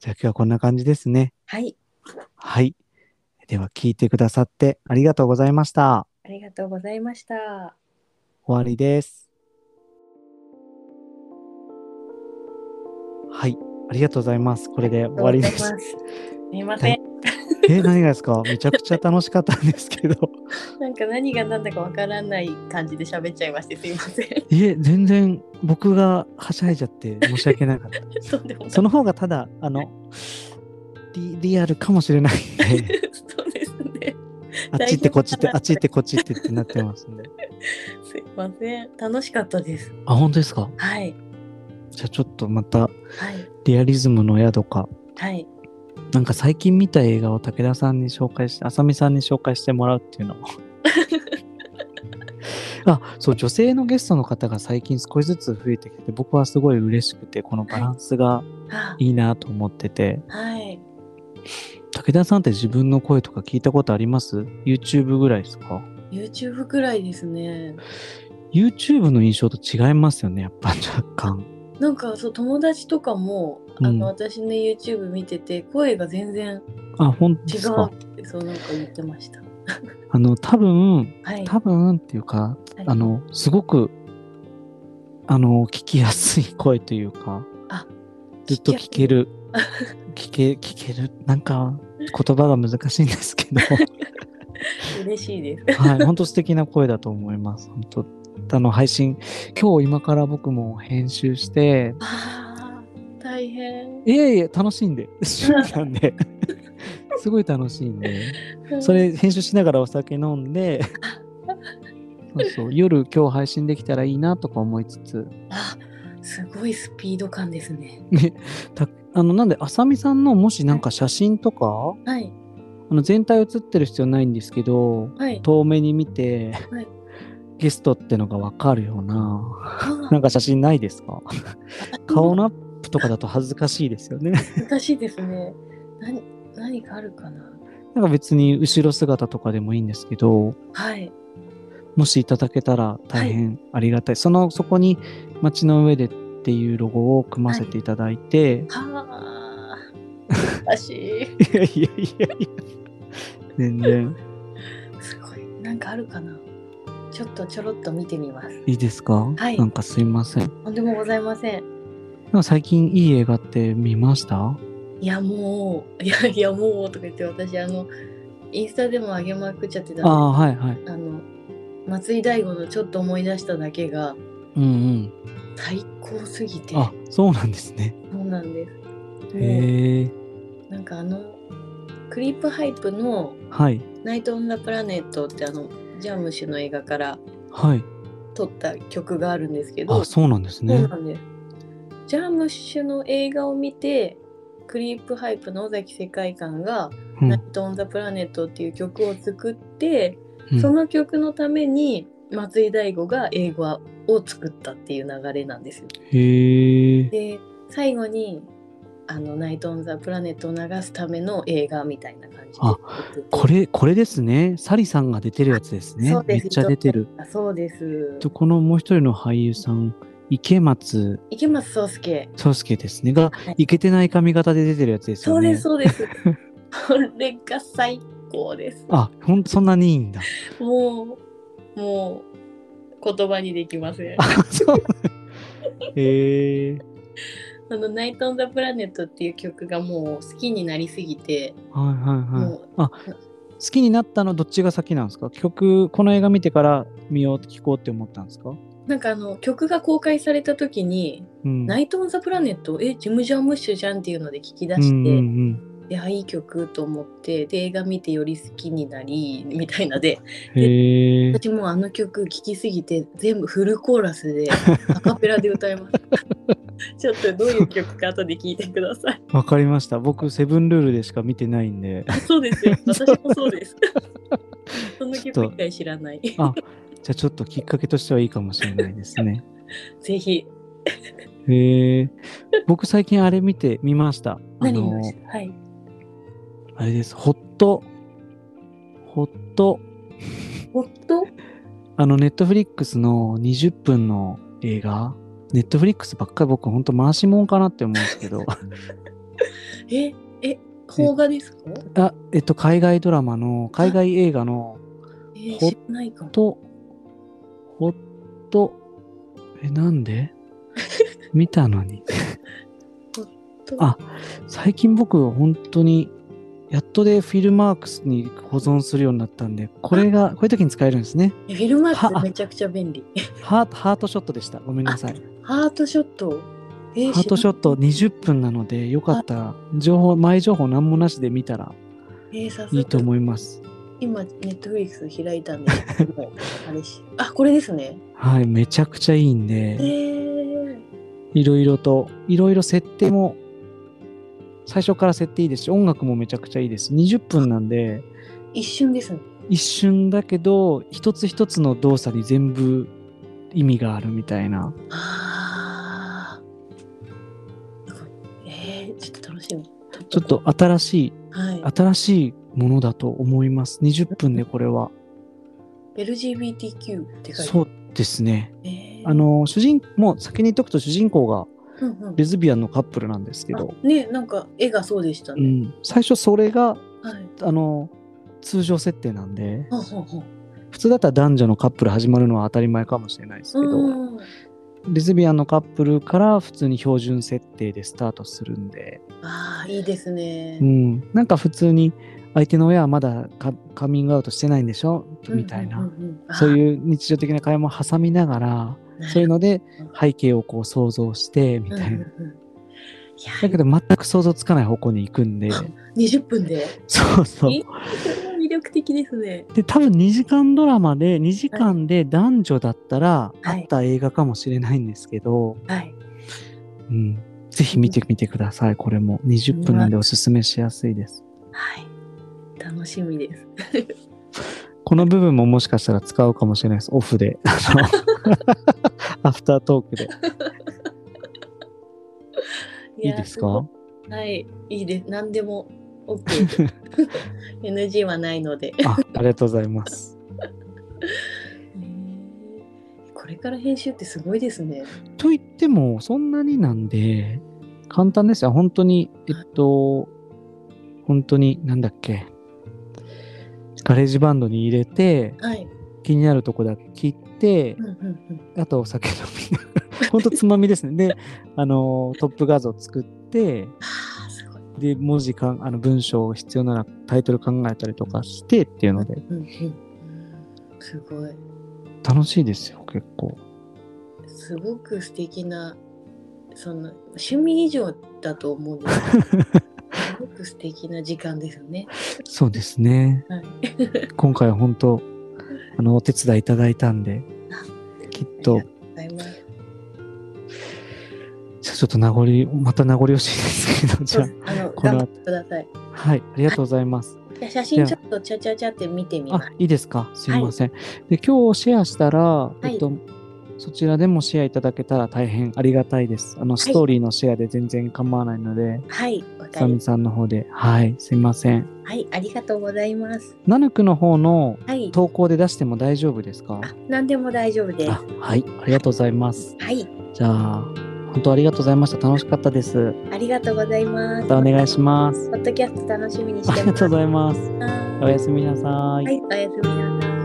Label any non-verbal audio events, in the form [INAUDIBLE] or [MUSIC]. じゃあ今日はこんな感じですね。はい。はい。では聞いてくださってありがとうございました。ありがとうございました。終わりです。はい。ありがとうございます。これで終わりです。あがとうございます。すみません。え、何がですかめちゃくちゃ楽しかったんですけど。なんか何が何だかわからない感じで喋っちゃいましてすいません。 [LAUGHS] [LAUGHS] いえ、全然僕がはしゃいじゃって申し訳なかった。とんでもな [LAUGHS] いその方がただ、あの、リリアルかもしれないんで、そうですね。 [LAUGHS] あっち行ってこっち行って、あっち行ってこっち行ってってなってますんで。すいません。楽しかったです。あ、本当ですかはい。じゃあちょっとまた、はい。リアリズムの宿か、はい。なんか最近見た映画を武田さんに紹介して、浅見さんに紹介してもらうっていう [LAUGHS] のも。あそう女性のゲストの方が最近少しずつ増えてきて僕はすごい嬉しくてこのバランスがあいいなと思ってて、はい。武田さんって自分の声とか聞いたことあります ?YouTube ぐらいですか YouTube くらいですね。 ?YouTube の印象と違いますよねやっぱ若干なんかそう友達とかもあの、うん私の YouTube 見てて声が全然あ本当違ですうかってそうなんか言ってました。あの多分はい。多分っていうかはいあのすごくあの聞きやすい声というかあずっと聞ける聞け聞けるなんか言葉が難しいんですけど嬉しいです。はい本当素敵な声だと思います本当あの配信今日今から僕も編集してああ大変。いやいや楽しいんで趣味なんですごい楽しいんでそれ編集しながらお酒飲んでそうそう夜今日配信できたらいいなとか思いつつあすごいスピード感ですね。たあのなんで、あさみさんのもしなんか写真とか、はいあの全体写ってる必要ないんですけど、 [LAUGHS] はい。遠目に見て、はいゲストってのがわかるような、あなんか写真ないです [LAUGHS] かー顔のアップとかだと恥ずかしいですよね。 [LAUGHS] 難しいですね。何何かあるかな。なんか別に後ろ姿とかでもいいんですけど、はいもしいただけたら大変ありがたい。その、そこに街の上でっていうロゴを組ませていただいて、はあ難し [LAUGHS] い。 [LAUGHS] い、やいやいやいや、全然すごいなんかあるかな。ちょっとちょろっと見てみます。いいですか、はいなんかすいません。とんでもございません。なんか最近いい映画って見ましたいやもういやいやもうとか言って私あのインスタでも上げまくっちゃってたんでああはいはい。あの松井大吾のちょっと思い出しただけがうん最高すぎてうん。あそうなんですね。そうなんです。もへえ。うなんかあのクリープハイプのはい「ナイト・オン・ザ・プラネット」ってあのジャムシュの映画からはい。撮った曲があるんですけどあそうなんですそうね。なんですジャムシュの映画を見てクリープハイプの尾崎世界観が「うんナイト・オン・ザ・プラネット」っていう曲を作って、うんその曲のために松井大吾が映画を作ったっていう流れなんですよ。へえ。で最後にあの「ナイト・オン・ザ・プラネット」を流すための映画みたいな感じであこれこれですね。サリさんが出てるやつですねそう。めですっちゃ出てる。あそうですとこのもう一人の俳優さん池松池松壮亮壮介ですねがはいイケてない髪型で出てるやつですそようでね。すそうです [LAUGHS] これが最高ですあほんそんなにいいんだ。もうもう言葉にできませんあそう。へえ。あの「ナイト・オン・ザ・プラネット」っていう曲がもう好きになりすぎてはいはいはいも。あ好きになったのどっちが先なんですか曲この映画見てから見よう聞こうって思ったんですか、なんかあの曲が公開された時にう「ん、ナいイト・オン・ザ・プラネット」えジム・ジャームッシュじゃんっていうので聞き出うして、んうんであいい曲と思ってで映画見てより好きになりみたいなでうん、へえ私もうあの曲聴きすぎて全部フルコー [LAUGHS] ラスでアカペラで歌いますちょっとどういう曲か後で聞いてください [LAUGHS] わかりました僕セブンルールでしか見てないんで [LAUGHS] そうですよ私もそうですその曲以外知らないあじゃあちょっときっかけとしてはいいかもしれないです [LAUGHS] ね [LAUGHS] ぜひへえ僕最近あれ見て見ましたあ何をのはいあれですホットホットおっとあの、ネットフリックスの20分の映画、ネットフリックスばっかり僕、ほんと回しもんかなって思うんですけど、え、え、邦画ですかあ、えっと、海外ドラマの、海外映画の、えーほ知らないかも。と、ほっと、え、なんで見たのに。あ最近僕、本当に、やっとでフィルマークスに保存するようになったんで、これが、こういう時に使えるんですね。えフィルマーはクめちゃくちゃ便利。ハート、ハートショットでした。ごめんなさい。ハートショット。えハートショットに。 20分なので、よかったら、情報、前情報何もなしで見たらえー、さすいがいと思います。今、ネットフリックス開いたんで、 [LAUGHS] もうあれし。あ、これですね。はい、めちゃくちゃいいんえで、ー、いろいろと、いろいろ設定も、最初から設定いいですし、音楽もめちゃくちゃいいです。20分なんで、一瞬ですね。一瞬だけど、一つ一つの動作に全部意味があるみたいな。あーすごいえー、ちょっと楽しみ。ちょっと、新しい、はい。新しいものだと思います。20分でこれは。 LGBTQ って書いてそうですね。う、えーあ、の、主人、もう先に言っとくと主人公がうんうんレズビアンのカップルなんですけど、あね、なんか絵がそうでしたうね。ん、最初それが、はい。あの、通常設定なんで、ほうほうほう。普通だったら男女のカップル始まるのは当たり前かもしれないですけど、うんレズビアンのカップルから普通に標準設定でスタートするんで、ああ、いいですね。うん、なんか普通に相手の親はまだカカミングアウトしてないんでしょみたいな、そうういう日常的な会話も挟みながらんんん、そういうのでほ背景をこう想像してみあたーいな、うんうんうんいやだけど全く想像つかない方向に行くんで20分で。そうそうえそれも魅力的ですね。で多分2時間ドラマで2時間で男女だったらあはいった映画かもしれないんですけど、はい。うん、ぜひ見てみてくださいこれも20分なんでおすすめしやすいですはい。楽しみです。この部分ももしかしたら使うかもしれないです。オフで。あの [LAUGHS] アフタートークで。いいやですかごいはい。いいです。何でも OK です。NG [LAUGHS] はないので。あありがとうございます。これから編集ってすごいですね。と言っても、そんなになんで、簡単ですよ。本当に、えっと、本当に、なんだっけ。ガレージバンドに入れて、はい。気になるとこだけ切ってう、んうんうん。あとお酒飲みながら、本当つまみですね。で、あの、トップ画像作って、ああ、すごい。で文字かんあの文章必要ならタイトル考えたりとかしてっていうのでうんうんうん。すごい。楽しいですよ結構すごく素敵なその趣味以上だと思うんですけどすごく素敵な時間ですよね。そうですねはい、今回は本当あのお手伝いいただいたん [LAUGHS] できっとありがとうございますじゃあちょっと名残また名残惜しいですけどじそゃうですあのこの頑張後ってください。あはいありがとうございますじゃあ写真ちょっとちゃちゃちゃって見てみまあす。いいですかすいません、で今日シェアしたら、いえっとそちらでもシェアいただけたら大変ありがたいですあのストーリーのシェアで全然構わないので、はい、わかサりミましさんの方ではいすいませんた。はい、ありがとうございます。ナヌクの方のはい、投稿で出しても大丈夫ですかあ何でも大丈夫です。あはい、ありがとうございます。はい、じゃあ、本当ありがとうございました。楽しかったです。ありがとうございます。またお願いします。ポッドキャスト楽しみにしあてりがますとう。ございます。はおやすみなさい。い、おやすみなさい。